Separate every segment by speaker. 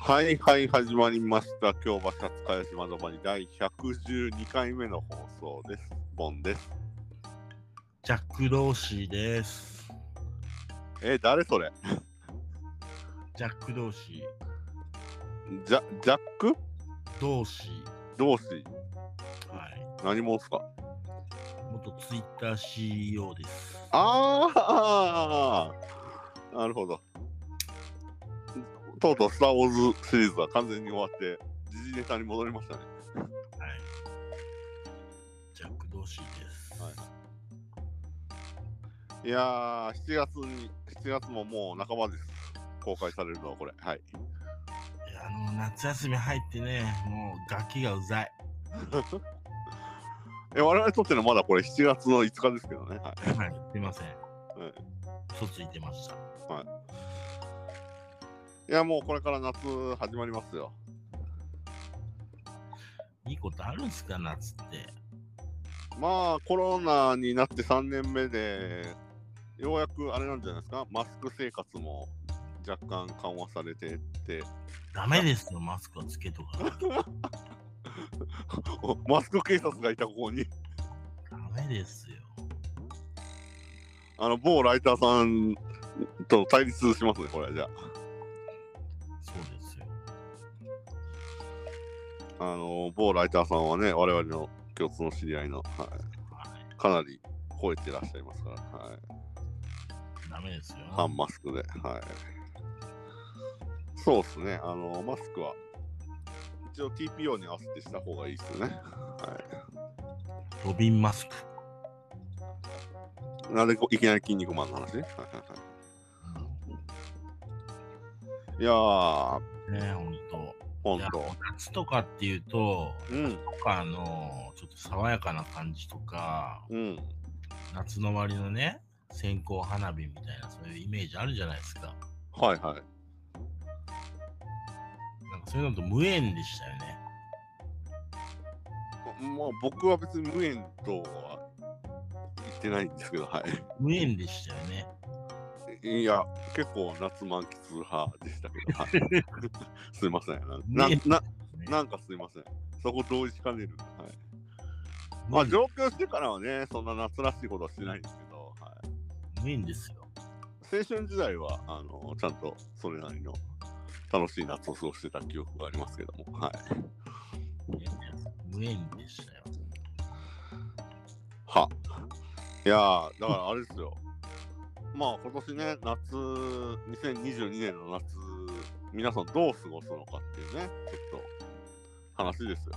Speaker 1: はいはい始まりました今日は達茅島の間に第112回目の放送ですボンです
Speaker 2: ジャック・ドーシーです。
Speaker 1: えー誰それ
Speaker 2: ジャック・ドーシー。
Speaker 1: ジャジャック
Speaker 2: ドーシー。
Speaker 1: 同士
Speaker 2: はい。
Speaker 1: 何者っすか
Speaker 2: 元ツイッター CEO です。
Speaker 1: ああなるほどとうとう「スター・ウォーズ」シリーズは完全に終わって時事ネタに戻りましたね
Speaker 2: はい。ジャック・ドーシーです。
Speaker 1: はいいやー7月に7月ももう半ばです公開されるのはこれはい
Speaker 2: いや、あの、夏休み入ってね、もうガキがうざい。
Speaker 1: え我々にとってのまだこれ7月の5日ですけどねはい
Speaker 2: はい。すいません。
Speaker 1: うん
Speaker 2: 嘘ついてました。
Speaker 1: いやもうこれから夏始まりますよ。
Speaker 2: いいことあるんすか、夏って。
Speaker 1: まあコロナになって3年目でようやくあれなんじゃないですかマスク生活も若干緩和されてって
Speaker 2: ダメですよ、マスクはつけとかなきゃ。
Speaker 1: おマスク警察がいたここに
Speaker 2: ダメですよ。
Speaker 1: あの某ライターさんと対立しますねこれじゃ
Speaker 2: そうですよ。
Speaker 1: ああの某ライターさんはね我々の共通の知り合いの、はい、かなり吠えてらっしゃいますから、はい、
Speaker 2: ダメですよ。
Speaker 1: 半マスクで、はい。そうですね、あの、マスクは、一応 TPO に合わせてした方がいいですよね。
Speaker 2: ロビンマスク。
Speaker 1: なんでこういきなり筋肉マンの話ね。はいはいは
Speaker 2: う
Speaker 1: いいやー、
Speaker 2: ん、ねえ、ほんと。
Speaker 1: ほん
Speaker 2: いや
Speaker 1: と。
Speaker 2: 夏とかっていうと、
Speaker 1: うん、
Speaker 2: とかのちょっと爽やかな感じとか、
Speaker 1: うん。
Speaker 2: 夏の終わりのね、線香花火みたいな、そういうイメージあるじゃないですか。
Speaker 1: はいはい。
Speaker 2: なんかそういうのと無縁でしたよね。
Speaker 1: まあ、僕は別に無縁とは言ってないんですけど、は
Speaker 2: 無縁でしたよね。
Speaker 1: い。いや、結構夏満喫派でしたけど、 はい、すいません。な、
Speaker 2: ね
Speaker 1: な、なんかすいません。そこ同意しかねる。はい。まあ
Speaker 2: 無縁
Speaker 1: 上京してからはね、そんな夏らしいことはしてないんですけど、はい、
Speaker 2: 無縁ですよ。
Speaker 1: 青春時代はあのちゃんとそれなりの楽しい夏を過ごしてた記憶がありますけども、はい。
Speaker 2: ね無縁でしたよ。
Speaker 1: は。いやー、だからあ れですよ。まあ今年ね、夏、2022年の夏、皆さんどう過ごすのかっていうね、ちょっと話ですよ。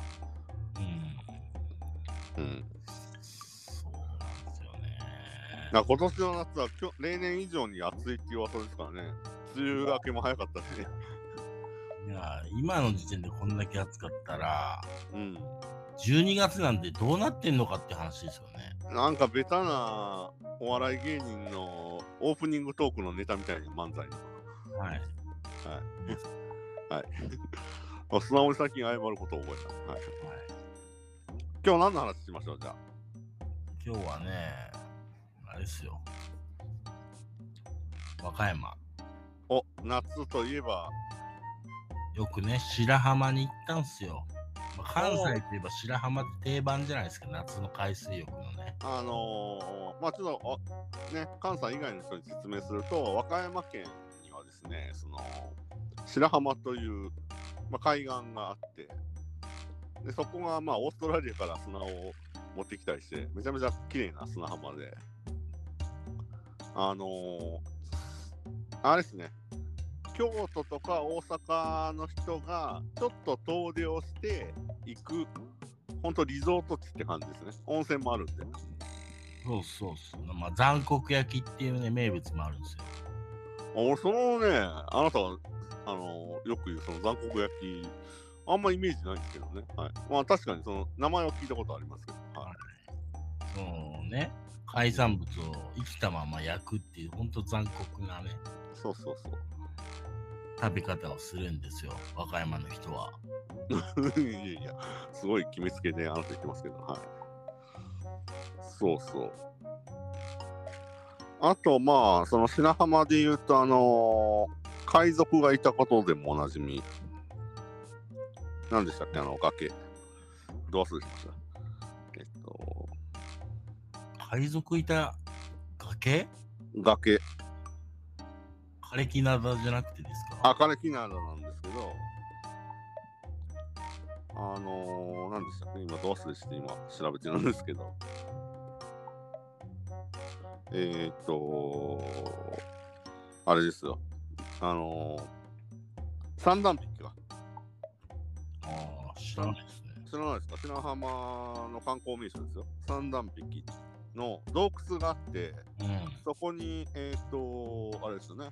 Speaker 2: うん。
Speaker 1: うん。
Speaker 2: そうなんですよね。
Speaker 1: だから今年の夏はきょ例年以上に暑いっていう噂ですからね、梅雨明けも早かったしね。
Speaker 2: いや、今の時点でこんだけ暑かったら、
Speaker 1: うん。
Speaker 2: 12月なんてどうなってんのかって話ですよね。
Speaker 1: なんかベタなお笑い芸人のオープニングトークのネタみたいな漫才
Speaker 2: はい。
Speaker 1: あ素直に最近謝ることを覚えた、はい、
Speaker 2: はい
Speaker 1: 今日何の話しましょうじゃあ
Speaker 2: 今日はね、あれですよ。和歌山。
Speaker 1: お夏といえば
Speaker 2: よくね、白浜に行ったんすよ。まあ関西といえば白浜って定番じゃないですか、夏の海水浴のね。
Speaker 1: あのーまあちょっとおね関西以外の人に説明すると和歌山県にはですねその白浜という、まあ、海岸があってでそこがまあオーストラリアから砂を持ってきたりしてめちゃめちゃ綺麗な砂浜であのーあれですね京都とか大阪の人がちょっと遠出をして行く本当リゾート地って感じですね温泉もあるんで
Speaker 2: そうそうそう。まあ、残酷焼きっていうね、名物もあるんですよ。
Speaker 1: あ俺そのねあなたはあのよく言うその残酷焼きあんまイメージないんですけどね、はい、まあ確かにその名前は聞いたことありますけど、はい、
Speaker 2: そのね、海産物を生きたまま焼くっていう、ほんと残酷なね、
Speaker 1: そうそうそう
Speaker 2: 食べ方をするんですよ、和歌山の人は。
Speaker 1: いやいや、すごい決めつけであなた言ってますけど、はい。そうそう。あと、まあ、その白浜で言うと、あのー海賊がいたことでもおなじみ、何でしたっけあの、崖。どう忘れしました。えっと、
Speaker 2: 海賊いた崖
Speaker 1: 崖。
Speaker 2: 枯れ木灘じゃなくてですか
Speaker 1: あ、枯れ木などなんですけど、あのー、何でしたっけ今、どう忘れして今、調べてるんですけど。えー、っと、あれですよ。あのー、三段ピックが、
Speaker 2: ああ、知らないですね。
Speaker 1: 知らないですか白浜の観光名所ですよ。三段ピックの洞窟があって、
Speaker 2: うん。
Speaker 1: そこに、えー、っと、あれですよね。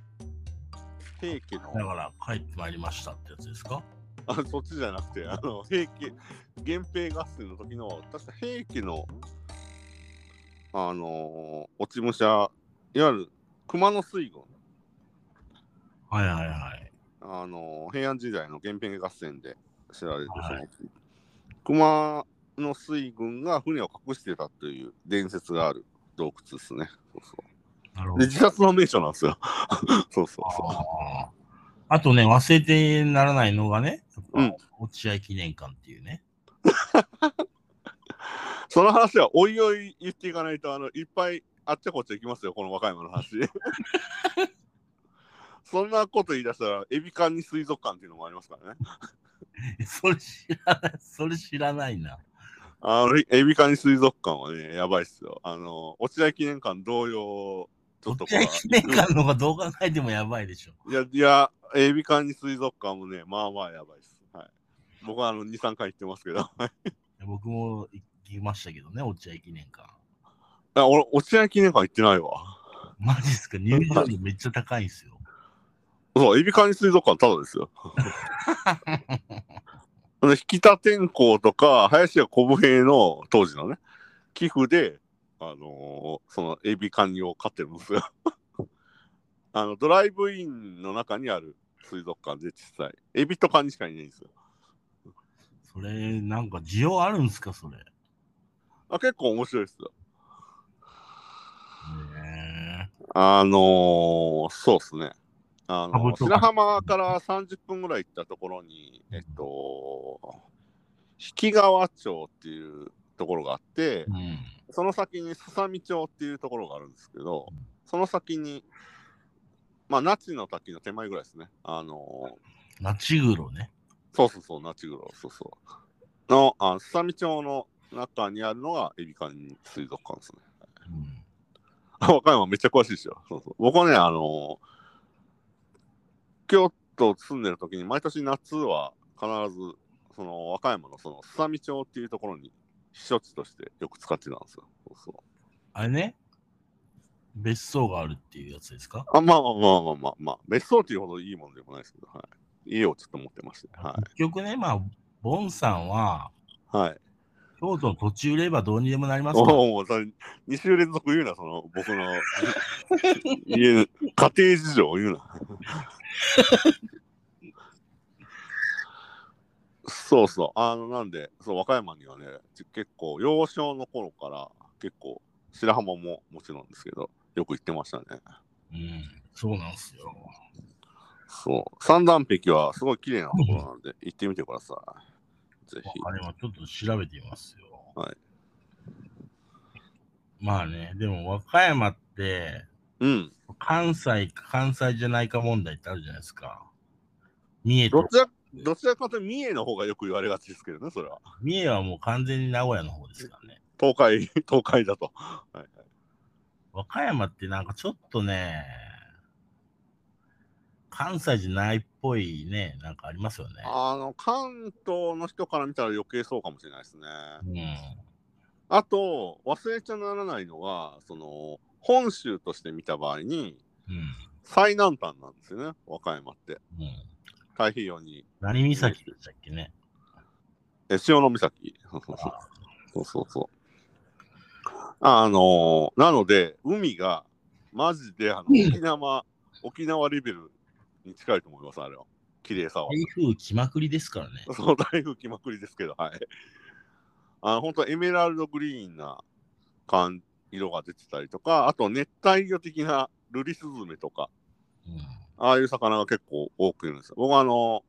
Speaker 1: 平家の
Speaker 2: だから、帰ってまいりましたってやつですか
Speaker 1: あそっちじゃなくて、あの平家、源平合戦の時の、確か平家の、あのー落ち武者、いわゆる熊野水軍、
Speaker 2: はいはいはい。
Speaker 1: あのー平安時代の源平合戦で知られて、
Speaker 2: はい
Speaker 1: その熊野水軍が船を隠してたという伝説がある洞窟ですね。そうそ
Speaker 2: なる
Speaker 1: う
Speaker 2: ほ
Speaker 1: で、
Speaker 2: ど。
Speaker 1: 自殺の名所なんですよ。 そうそうそう。
Speaker 2: あーあとね、忘れてならないのがね、
Speaker 1: うん
Speaker 2: 落合記念館っていうね。
Speaker 1: その話はおいおい言っていかないとあのいっぱいあっちゃこっちゃ行きますよこの和歌山の話 そんなこと言い出したらエビカニ水族館っていうのもありますからね
Speaker 2: それ知らない、それ知らないな。
Speaker 1: あのエビカニ水族館はねやばいっすよあの落合記念館同様ちょっとこ
Speaker 2: 落合記念館の方がどう考えてもやばいでしょ。
Speaker 1: ういやいやエビカニ水族館もねまあまあやばいっすはい僕はあの23回行ってますけど
Speaker 2: 僕も行きましたけどね、落合記念館。
Speaker 1: あ俺落合記念館行ってないわ
Speaker 2: マジっすか、入場料めっちゃ高いんすよ。
Speaker 1: そう、エビカニ水族館ただですよ。あの引田天功とか、林家小武平の当時のね、寄付で、あのーそのエビカニを飼ってるんですよ。 あの、ドライブインの中にある水族館で実際、エビとカニしかいないんですよ。
Speaker 2: それ、なんか需要あるんすか、それ。
Speaker 1: あ結構面白いですよ。
Speaker 2: ねえ
Speaker 1: あのーそうっすね。あ
Speaker 2: あ
Speaker 1: の
Speaker 2: 本当
Speaker 1: 白浜から30分ぐらい行ったところに、えっと、引川町っていうところがあって、
Speaker 2: うん。
Speaker 1: その先にささみ町っていうところがあるんですけど、その先に、まあ、那智の滝の手前ぐらいですね。あの
Speaker 2: ナチグロね。
Speaker 1: ーそうそうそう、那智黒、そうそう。の、あささみ町の中にあるのが、エビカニ水族館ですね。
Speaker 2: うん。
Speaker 1: あ 和歌山めっちゃ詳しいですよ。そうそう僕はね、あのー京都住んでる時に、毎年夏は必ず、その和歌山のその、すさみ町っていうところに、避暑地としてよく使ってたんですよ。そうそう
Speaker 2: あれね、別荘があるっていうやつですか
Speaker 1: あまあまあまあまあまあ、まあ、別荘っていうほどいいものでもないですけど、はい、家をちょっと持ってまして、は
Speaker 2: 結局ね、まあ、ボンさんは、
Speaker 1: い。はい、
Speaker 2: 京都の途中ればどうにでもなりますから、
Speaker 1: おお、それ2週連続言うな、その僕の家の家庭事情を言うな。そうそう、あの、なんで、そう和歌山にはね、ち結構、幼少の頃から、結構、白浜ももちろんですけど、よく行ってましたね。
Speaker 2: うん、そうなんですよ。
Speaker 1: そう、三段壁はすごい綺麗なところなんで、行ってみてください。ぜひ。
Speaker 2: あれはちょっと調べてみますよ。
Speaker 1: はい。
Speaker 2: まあね、でも和歌山って、
Speaker 1: うん。
Speaker 2: 関西か関西じゃないか問題ってあるじゃないですか。三重
Speaker 1: ど
Speaker 2: と、
Speaker 1: ちら、どちらかというと三重の方がよく言われがちですけどね、それは。
Speaker 2: 三重はもう完全に名古屋の方ですからね。
Speaker 1: 東海、東海だと。はいはい、
Speaker 2: 和歌山ってなんかちょっとね、関西じゃないっぽいね、なんかありますよね。
Speaker 1: あの、関東の人から見たら余計そうかもしれないですね。
Speaker 2: うん。
Speaker 1: あと、忘れちゃならないのは、その、本州として見た場合に、
Speaker 2: うん。
Speaker 1: 最南端なんですよね、和歌山って。
Speaker 2: うん。
Speaker 1: 太平洋に、
Speaker 2: 何岬でしたっけね。
Speaker 1: え潮の岬。 そうそうそう。あのーなので、海が、マジで、あの、沖縄、沖縄レベルに近いと思います、あれは。綺麗さは。
Speaker 2: 台風来まくりですからね。
Speaker 1: そう、台風来まくりですけど、はい。あの、本当エメラルドグリーンな感色が出てたりとか、あと熱帯魚的なルリスズメとか、
Speaker 2: うん。
Speaker 1: ああいう魚が結構多くいるんですよ。僕はあの、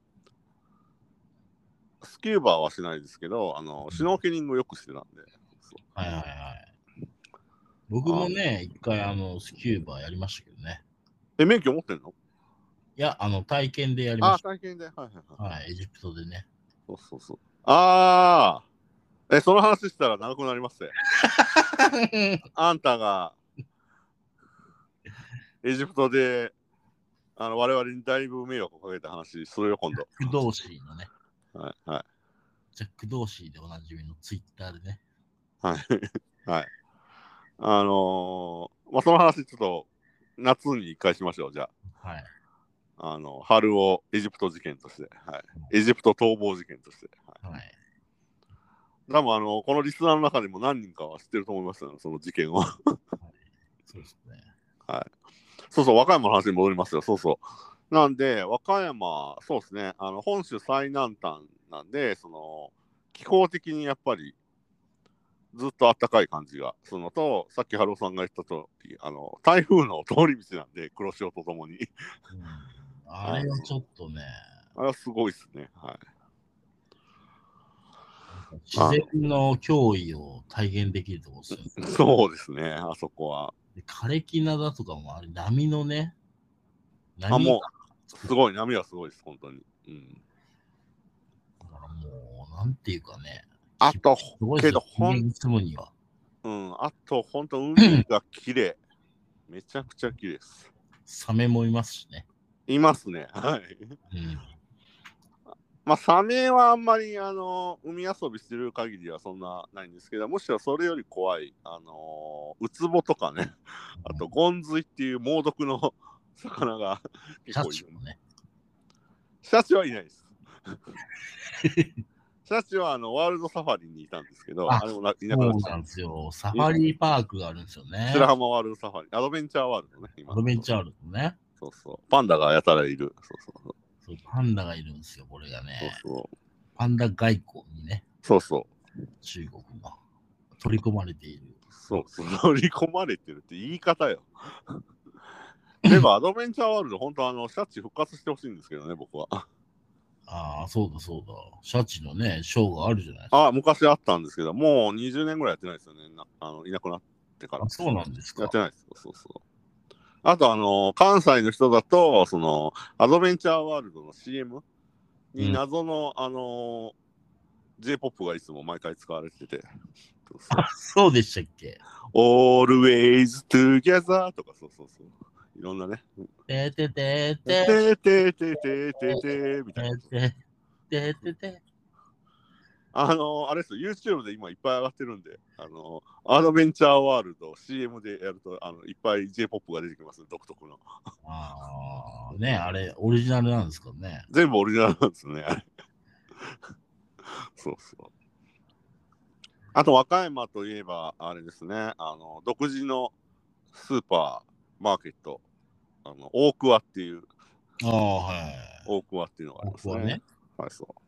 Speaker 1: スキューバーはしないですけど、あのシュノーケリングよくしてたんで。
Speaker 2: はいはいはい。僕もね、一回あの、スキューバーやりましたけどね。
Speaker 1: え、免許持ってんの
Speaker 2: いや、あの、体験でやり
Speaker 1: あ
Speaker 2: ま
Speaker 1: あ、
Speaker 2: し
Speaker 1: 体験で。はいはいはい。
Speaker 2: た。はい、エジプトでね。
Speaker 1: そうそうそう。ああ、え、その話したら長くなりますね。あんたが、エジプトで、あの、我々にだいぶ迷惑をかけた話、それよ、今度。
Speaker 2: クドーシーのね、
Speaker 1: はい、はい、
Speaker 2: ジャック・ドーシーでおなじみのツイッターでね。
Speaker 1: はい。はい。あのーまあ、その話、ちょっと、夏に一回しましょう、じゃ
Speaker 2: はい。
Speaker 1: あ。あの、春をエジプト事件として、はい。エジプト逃亡事件として、はい。
Speaker 2: はい。
Speaker 1: 多分あの、このリスナーの中にも何人かは知ってると思いますよ、その事件を。
Speaker 2: そうですね。
Speaker 1: そうそう、和歌山の話に戻りますよ、そうそう。なんで、和歌山、そうですね、あの本州最南端なんで、その気候的にやっぱりずっと暖かい感じがするのと、さっき春尾さんが言った通り、あの台風の通り道なんで、黒潮とともに。
Speaker 2: うんあれはちょっとね、
Speaker 1: あれはすごいですね。はい、
Speaker 2: 自然の脅威を体現できるとこですよね。
Speaker 1: そうですね、あそこは。
Speaker 2: で枯れ木灘とかもあれ、波のね、波
Speaker 1: あ、もう、すごい、波はすごいです、本当に。うん、
Speaker 2: だからもう、なんていうかね、
Speaker 1: あと
Speaker 2: すご、い
Speaker 1: け
Speaker 2: です
Speaker 1: ど、
Speaker 2: よ
Speaker 1: ほん
Speaker 2: 人間に住むには。
Speaker 1: うん、あと、本当、海が綺麗。めちゃくちゃ綺麗です。
Speaker 2: サメもいますしね。
Speaker 1: いますね。はい。
Speaker 2: うん。
Speaker 1: まあ、サメはあんまり、あの、海遊びしてる限りはそんなないんですけど、むしろそれより怖い、あのウツボとかね、あと、ゴンズイっていう猛毒の魚が
Speaker 2: シ
Speaker 1: 結
Speaker 2: ャ
Speaker 1: 構い
Speaker 2: チ
Speaker 1: る。
Speaker 2: もね。
Speaker 1: シャチはいないです。 シャチは、あの、ワールドサファリにいたんですけど、あ
Speaker 2: あ
Speaker 1: れもない
Speaker 2: そ
Speaker 1: なくなっ
Speaker 2: う
Speaker 1: ちゃ
Speaker 2: な
Speaker 1: っ
Speaker 2: んですよ。サファリパークがあるんですよ
Speaker 1: た。
Speaker 2: ね。
Speaker 1: 白浜ワールドサファリ、アドベンチャーワールドね、今。
Speaker 2: アドベンチャーワールドね。
Speaker 1: そうそう。パンダがやたらいる。そうそうそう。
Speaker 2: そうパンダがいるんですよ、これがね。
Speaker 1: そうそう
Speaker 2: パンダ外交にね、
Speaker 1: そうそう。
Speaker 2: 中国が取り込まれている。
Speaker 1: そう、乗り込まれてるって言い方よ。 でも、アドベンチャーワールド、本当あの、シャチ復活してほしいんですけどね、僕は。
Speaker 2: ああ、そうだそうだ。シャチのね、ショーがあるじゃないですか。
Speaker 1: あ、昔あったんですけど、もう20年ぐらいやってないですよね。なあのいなくなってから
Speaker 2: あ。そうなんです
Speaker 1: や
Speaker 2: か
Speaker 1: って。ないですよ、そうそう。あと、あの、関西の人だと、その、アドベンチャーワールドの CM に謎の、あの、J-POP がいつも毎回使われて て、そうそう
Speaker 2: あそうでしたっけ
Speaker 1: Always Together とか、そうそうそう。いろんなね、
Speaker 2: てててて
Speaker 1: て
Speaker 2: て
Speaker 1: てててててみたいな。
Speaker 2: てててて。
Speaker 1: あのあれですよ、YouTube で今いっぱい上がってるんで、あのアドベンチャーワールド CM でやると、あのいっぱい J-POP が出てきます、独特の。
Speaker 2: ああ、ね、あれ、オリジナルなんですかね。
Speaker 1: 全部オリジナルなんですね、あ れ。そうそう。あと、和歌山といえば、あれですね、あの独自のスーパーマーケット、あの大桑っていう、
Speaker 2: ああ、はい。
Speaker 1: 大桑っていうのがありま
Speaker 2: 僕
Speaker 1: す
Speaker 2: は
Speaker 1: ね。
Speaker 2: ね、
Speaker 1: はい、そう。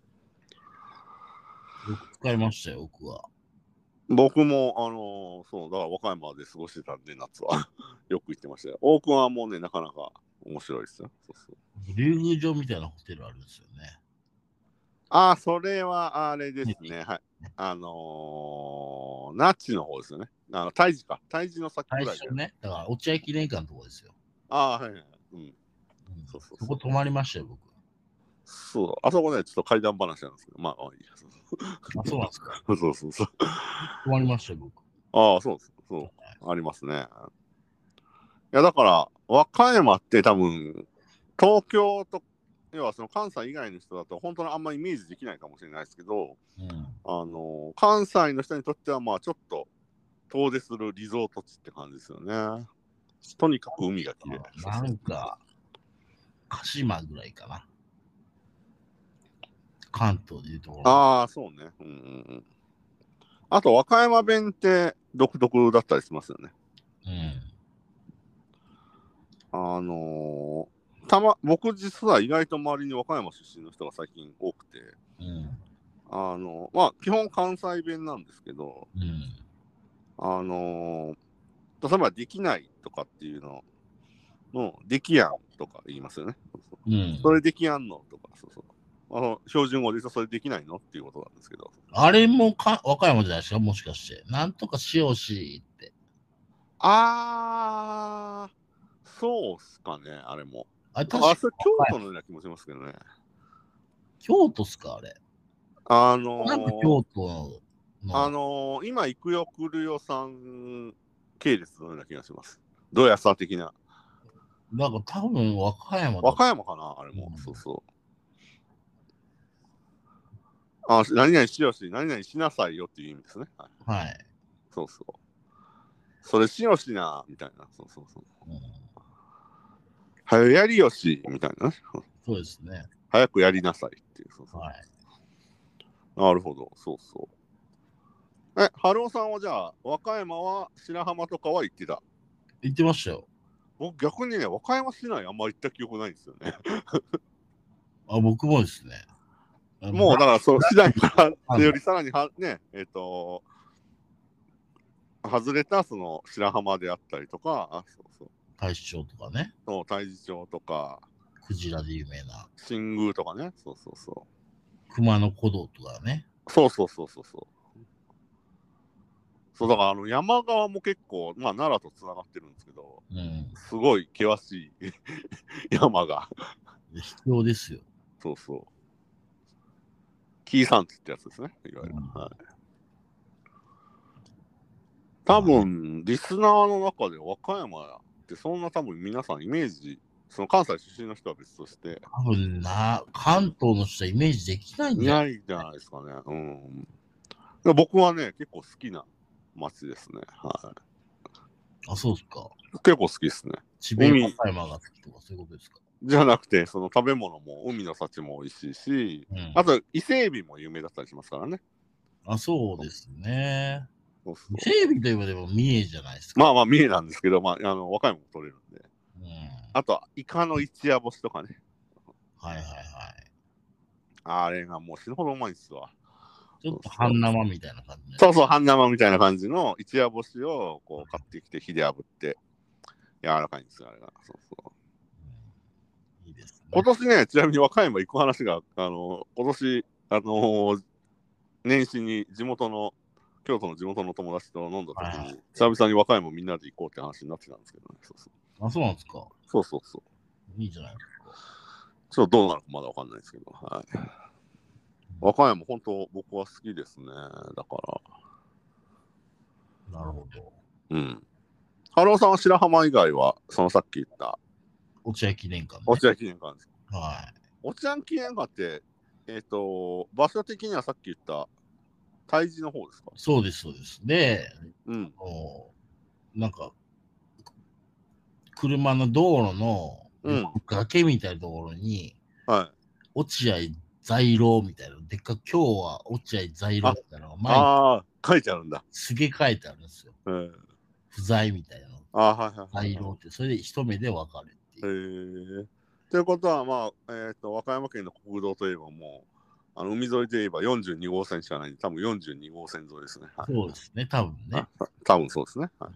Speaker 2: 僕使いましたよ、僕は。
Speaker 1: 僕も、あのーそう、だから和歌山で過ごしてたんで、夏は。 よく行ってましたよ。大久はもうね、なかなか面白いですよ。そうそう
Speaker 2: 竜宮城みたいなホテルあるんですよね。
Speaker 1: ああ、それはあれですね。はい。あのー、那智の方ですよね。あの、胎児か。胎児の先ぐ
Speaker 2: 最
Speaker 1: らいで。
Speaker 2: 初ね、だから落合記念館のとこですよ。
Speaker 1: ああ、はいはいはい。うん。
Speaker 2: うん
Speaker 1: そうそうそう
Speaker 2: そこ泊まりましたよ、僕。
Speaker 1: そう、あそこね、ちょっと怪談話なんですけど、まあ、まあいいや。そう
Speaker 2: あ、そうなんですか。
Speaker 1: そうそうそうそう。
Speaker 2: 泊まりましたよ、僕。
Speaker 1: ああ、そうですそう。ありますね。いや、だから、和歌山って多分、東京と、要はその関西以外の人だと、本当にあんまりイメージできないかもしれないですけど、
Speaker 2: うん。
Speaker 1: あの、関西の人にとっては、まあ、ちょっと遠出するリゾート地って感じですよね。とにかく海が綺麗。
Speaker 2: なんか、鹿島ぐらいかな。関東でいうところ。
Speaker 1: ああ、そうね。うんうんうん。あと、和歌山弁って独特だったりしますよね。
Speaker 2: うん。
Speaker 1: あのーたま、僕実は意外と周りに和歌山出身の人が最近多くて、
Speaker 2: うん。
Speaker 1: あのまあ、基本関西弁なんですけど、
Speaker 2: うん。
Speaker 1: あのー例えばできないとかっていうのの、できやんとか言いますよね。そうそう
Speaker 2: うん。
Speaker 1: それできやんのとか、そうそう。あの標準語で言うとそれできないのっていうことなんですけど。
Speaker 2: あれもか和歌山じゃないですか、もしかして。なんとかしようしって。
Speaker 1: あー、そうっすかね、あれも。
Speaker 2: あれ、
Speaker 1: あ、
Speaker 2: 確
Speaker 1: そ
Speaker 2: か
Speaker 1: れ京都のような気もしますけどね。
Speaker 2: 京都っすか、あれ。
Speaker 1: あの
Speaker 2: なんか
Speaker 1: ー、
Speaker 2: 京都
Speaker 1: あ
Speaker 2: の。
Speaker 1: のー、今行くよ来るよさん系列のような気がします。どやさ的な。
Speaker 2: なんか多分和歌山だ
Speaker 1: 和歌山かな、あれも
Speaker 2: う。ん
Speaker 1: そうそう。あ、何々しようし、何々しなさいよっていう意味ですね。はい
Speaker 2: はい、
Speaker 1: そうそう。それしよしな、みたいな。そうそうそう。
Speaker 2: うん
Speaker 1: 早やりよし、みたいなね。
Speaker 2: そうですね。
Speaker 1: 早くやりなさいっていう。そうそう
Speaker 2: はい。
Speaker 1: なるほど、そうそう。え、春尾さんはじゃあ、和歌山は白浜とかは行ってた。
Speaker 2: 言ってましたよ。
Speaker 1: 僕、逆にね、和歌山市内あんま行った記憶ないんですよね。
Speaker 2: あ、僕もですね。 あの
Speaker 1: もうだから、そう、市内から
Speaker 2: あ
Speaker 1: でよりさらには、ね、えっ、と、外れたその白浜であったりとか、あそうそう
Speaker 2: 大将とかね、
Speaker 1: そう、太地町とか、
Speaker 2: クジラで有名な
Speaker 1: 新宮とかね、そうそうそ
Speaker 2: 熊野古道とかね。
Speaker 1: う。そうそうそうそうそう。そうだからあの山側も結構、まあ、奈良とつながってるんですけど、
Speaker 2: うん。
Speaker 1: すごい険しい 山が。
Speaker 2: 必要ですよ。
Speaker 1: そうそう。キーサンツってやつですね。いわゆる。
Speaker 2: うん
Speaker 1: はい、多分、リスナーの中で和歌山ってそんな多分皆さんイメージ、その関西出身の人は別として、
Speaker 2: 多分な、関東の人はイメージできないん
Speaker 1: い
Speaker 2: じゃない
Speaker 1: ないんじゃないですかね。うん。で僕はね、結構好きな街ですね。は
Speaker 2: あ、そうですか。
Speaker 1: い。結構好きですね。
Speaker 2: 智弁和歌山が好きとかそういうことですか。
Speaker 1: じゃなくて、その食べ物も海の幸も美味しいし、
Speaker 2: うん、
Speaker 1: あと伊勢海老も有名だったりしますからね。
Speaker 2: あ、そうですね。
Speaker 1: そうそう
Speaker 2: テレビといえばでも三重じゃないですか。
Speaker 1: まあまあ、三重なんですけど、まあ、あの、和歌山も取れるんで。
Speaker 2: うん、は
Speaker 1: あとは、イカの一夜干しとかね。
Speaker 2: いはいはい。
Speaker 1: あれがもう死ぬほどうまいっすわ。
Speaker 2: ちょっと半生みたいな感じで。
Speaker 1: そうそう、半生みたいな感じの一夜干しをこう買ってきて、火で炙って、柔らかいんですよ、あれが。そうそう。
Speaker 2: うんいいですね。
Speaker 1: 今年ね、ちなみに和歌山行く話が、あの、今年、あの年始に地元の、京都の地元の友達と飲んだ
Speaker 2: は
Speaker 1: 時
Speaker 2: い
Speaker 1: に、久々に和歌山みんなで行こうって話になってたんですけどね。そうそう
Speaker 2: あ、そうなんですか。
Speaker 1: そうそうそう。
Speaker 2: いいじゃないです
Speaker 1: ちょっとどうなるかまだわかんないですけど、はい。和歌山、本当僕は好きですね。だか
Speaker 2: か。なるほど。
Speaker 1: ら、うん。ハローさんは白浜以外は、そのさっき言った、
Speaker 2: 落合記念館、ね。
Speaker 1: 落合記念館です。
Speaker 2: はい。
Speaker 1: 落合記念館って、えっ、と、場所的にはさっき言った、胎児の方ですか
Speaker 2: そうです、そうです。で、
Speaker 1: うん。
Speaker 2: もうなんか、車の道路の、
Speaker 1: うん
Speaker 2: 崖みたいなところに、
Speaker 1: はい。
Speaker 2: 落合在廊みたいな、でっかく今日は落合在廊みたいなのが前に
Speaker 1: ああ、書いてあるんだ。
Speaker 2: すげえ書いてあるんですよ。
Speaker 1: うん。
Speaker 2: 不在みたいなの。
Speaker 1: ああ、はいはいはい。
Speaker 2: 在廊って、それで一目でわかるって
Speaker 1: へ
Speaker 2: いう。
Speaker 1: え。ということは、まあ、えっ、と、和歌山県の国道といえばもう、あの海沿いで言えば42号線しかないんで、多分42号線沿いですね。はい、
Speaker 2: そうですね、多分ね。
Speaker 1: 多分そうですね。はい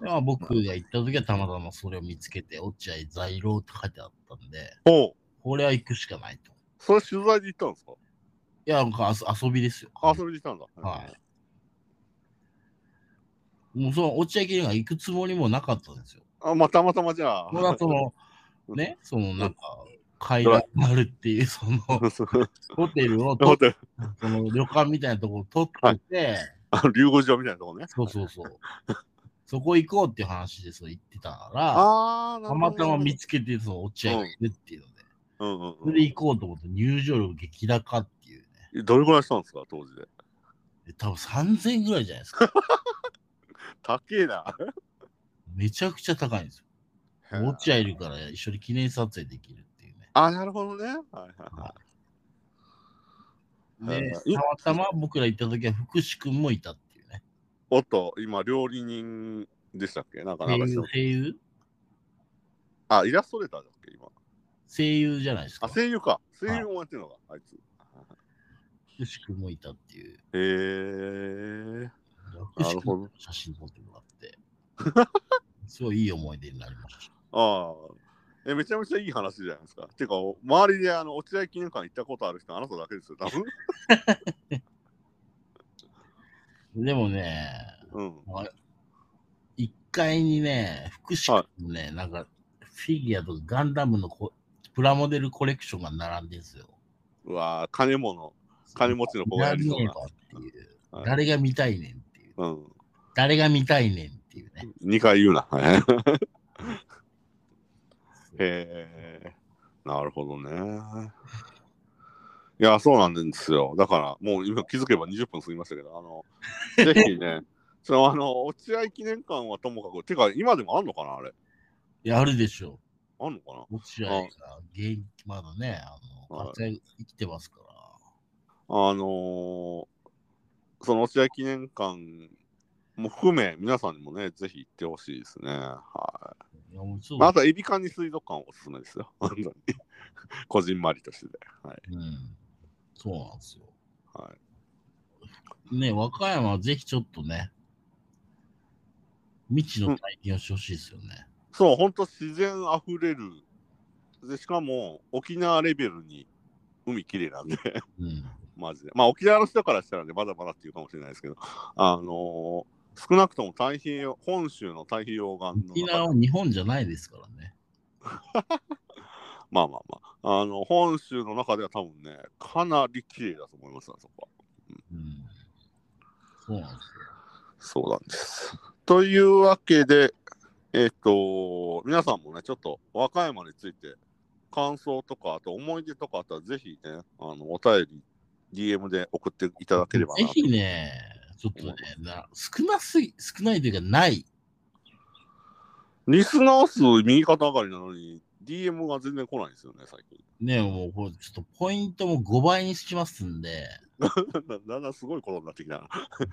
Speaker 2: でまあ、僕が行った時はたまたまそれを見つけて、落合在廊って書いてあったんで、
Speaker 1: おう
Speaker 2: これは行くしかないと。
Speaker 1: それ取材で行ったんですか
Speaker 2: いや、なんか遊遊びですよ。
Speaker 1: あ、遊びで行ったんだ。
Speaker 2: はいもうその落合記念館行くつもりもなかったんですよ。
Speaker 1: あ、まあ、たまたまじゃあ。
Speaker 2: た だその、
Speaker 1: うん
Speaker 2: ね、そのなんか、階段があるっていう、その、ホテルをと
Speaker 1: ホテル、
Speaker 2: その旅館みたいなところを取ってて、
Speaker 1: あの竜宮城みたいなとこね。
Speaker 2: そうそうそう。そこ行こうっていう話でそう言ってたから、
Speaker 1: ああ、な
Speaker 2: たまたま見
Speaker 1: る
Speaker 2: つけて、その落合がいるっていうので、
Speaker 1: ほどうん
Speaker 2: それで行こうと思って入場料激高っていうね。
Speaker 1: うんうん。どれぐらいしたんですか、当時で。
Speaker 2: で多分3000円ぐらいじゃないですか。
Speaker 1: 高えな。
Speaker 2: めちゃくちゃ高いんですよ。落合いるから一緒に記念撮影できるっていうね。
Speaker 1: あ、なるほどね。はいはいはい。
Speaker 2: で、
Speaker 1: うん
Speaker 2: たまたま僕ら行った時は福士君もいたっていうね。
Speaker 1: おっと、今、料理人でしたっけなんか、
Speaker 2: 声
Speaker 1: なんか
Speaker 2: 優、声優
Speaker 1: あ、イラストレーターだっけ、今。
Speaker 2: 声優じゃないです
Speaker 1: あ、
Speaker 2: か。
Speaker 1: 声優か。声優もやってるのか、あいつ。
Speaker 2: 福士君もいたっていう。
Speaker 1: へえ。
Speaker 2: 福士
Speaker 1: なるほど
Speaker 2: 君の写真撮ってもらって。すごいいい思い出になりました。
Speaker 1: ああ。え、めちゃめちゃいい話じゃないですか。てか、お周りであの落合記念館行ったことある人、あなただけですよ、多 分。
Speaker 2: でもね、
Speaker 1: うん。
Speaker 2: 1階にね、福島のね、なんか、フィギュアとかガンダムのこプラモデルコレクションが並んでるんですよ。
Speaker 1: うわぁ、金物。金持ちの子がやりそうな
Speaker 2: 誰が見ればって
Speaker 1: はい
Speaker 2: いう誰が見たいねんっていう。
Speaker 1: うん。
Speaker 2: 誰が見たいねんっていうね。
Speaker 1: 2回言う な。はいへえ、なるほどね。いや、そうなんですよ。だから、もう今気づけば20分過ぎましたけど、あ の、ぜひね、そのあの、落合記念館はともかく、てか、今でもあんのかな、あれ。
Speaker 2: やるでしょ
Speaker 1: あんのかな
Speaker 2: う。落合が現役、まだね、あの、
Speaker 1: はい
Speaker 2: 活躍生きてますから。
Speaker 1: あのーその落合記念館も含め、皆さんにもね、ぜひ行ってほしいですね。はい
Speaker 2: やもうそう
Speaker 1: い。あと、エビカニ水族館おすすめですよ。 本当に。こじんまりとして。
Speaker 2: うん。そうなんですよ。。
Speaker 1: はい
Speaker 2: ね、和歌山はぜひちょっとね、未知の体験をしてほしいですよね。
Speaker 1: そう、本当自然あふれる。で、しかも、沖縄レベルに海きれいなんで、
Speaker 2: うん。
Speaker 1: マジで。まあ、沖縄の人からしたらね、まだまだっていうかもしれないですけど、あのー少なくとも太平洋、本州の太平洋岸の
Speaker 2: 沖
Speaker 1: 中
Speaker 2: 縄は日本じゃないですからね。
Speaker 1: まあまあまあ、あの、本州の中では多分ね、かなり綺麗だと思いますあそこは。
Speaker 2: うん。そうなんです
Speaker 1: そうなんです。というわけで、えっ、と、皆さんもね、ちょっと和歌山について、感想とか、あと思い出とかあったら、ぜひね、あの、お便り、DM で送っていただければな
Speaker 2: よ。ぜひね、ちょっとね、な少なすぎ、少ないというかない。
Speaker 1: リスナー数右肩上がりなのに、DM が全然来ないんですよね、最近。
Speaker 2: ね、もうこれちょっとポイントも5倍にしますんで、
Speaker 1: だんだんすごいことになってきたな。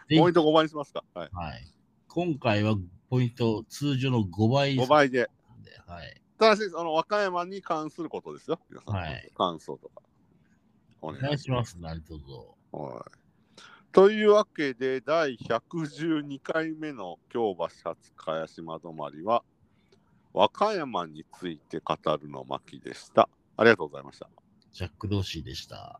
Speaker 2: ぜひ
Speaker 1: ポイント5倍にしますか。はい。
Speaker 2: はい、今回はポイント通常の5倍
Speaker 1: 5倍で。
Speaker 2: なんで、はい、
Speaker 1: ただし、あの、和歌山に関することですよ。皆さん。
Speaker 2: はい
Speaker 1: 感想とか。お
Speaker 2: お願いします、何とぞ。
Speaker 1: はい。というわけで、第112回目の京橋初茅島止まりは、和歌山について語るの巻でした。ありがとうございました。
Speaker 2: ジャック・ドーシーでした。